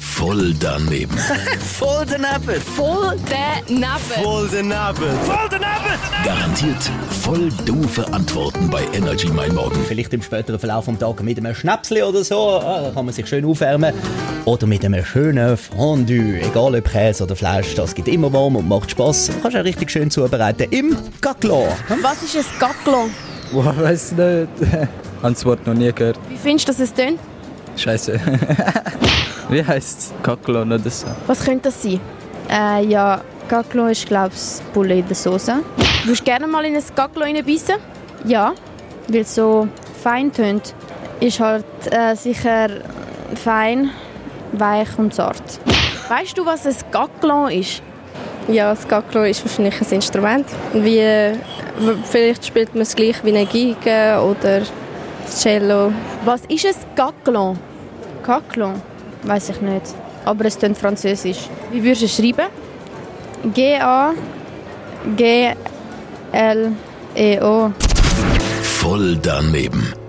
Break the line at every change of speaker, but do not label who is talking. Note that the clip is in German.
Voll daneben.
Voll Nappel.
Voll daneben.
Voll Nappel.
Garantiert voll doofe Antworten bei Energy Mein Morgen.
Vielleicht im späteren Verlauf des Tages mit einem Schnäpsli oder so. Ah, Da kann man sich schön aufwärmen. Oder mit einem schönen Fondue. Egal ob Käse oder Fleisch, das gibt immer warm und macht Spass. Du kannst auch richtig schön zubereiten im Gaclo.
Was ist ein Gaglon?
Boah, weiß nicht. Haben das Wort noch nie gehört.
Wie findest du, dass es tönt?
Scheiße. Wie heißt's? Kakelon oder so?
Was könnte das sein? Äh, ja, Gaglon ist, glaube ich, Bulle in der Soße. Würdest du gerne mal in ein Gaglon reinbeissen? Ja, weil es so fein tönt. Ist halt äh, sicher fein, weich und zart. Weißt du, was ein Gaglon ist?
Ja, das Gaglo ist wahrscheinlich ein Instrument. Wie, äh, w- vielleicht spielt man es gleich wie eine Geige oder das Cello.
Was ist ein Gaglon? Gaglon? Weiß ich nicht. Aber es tönt französisch. Wie würdest du es schreiben?
G-A-G-L-E-O.
E
Voll daneben.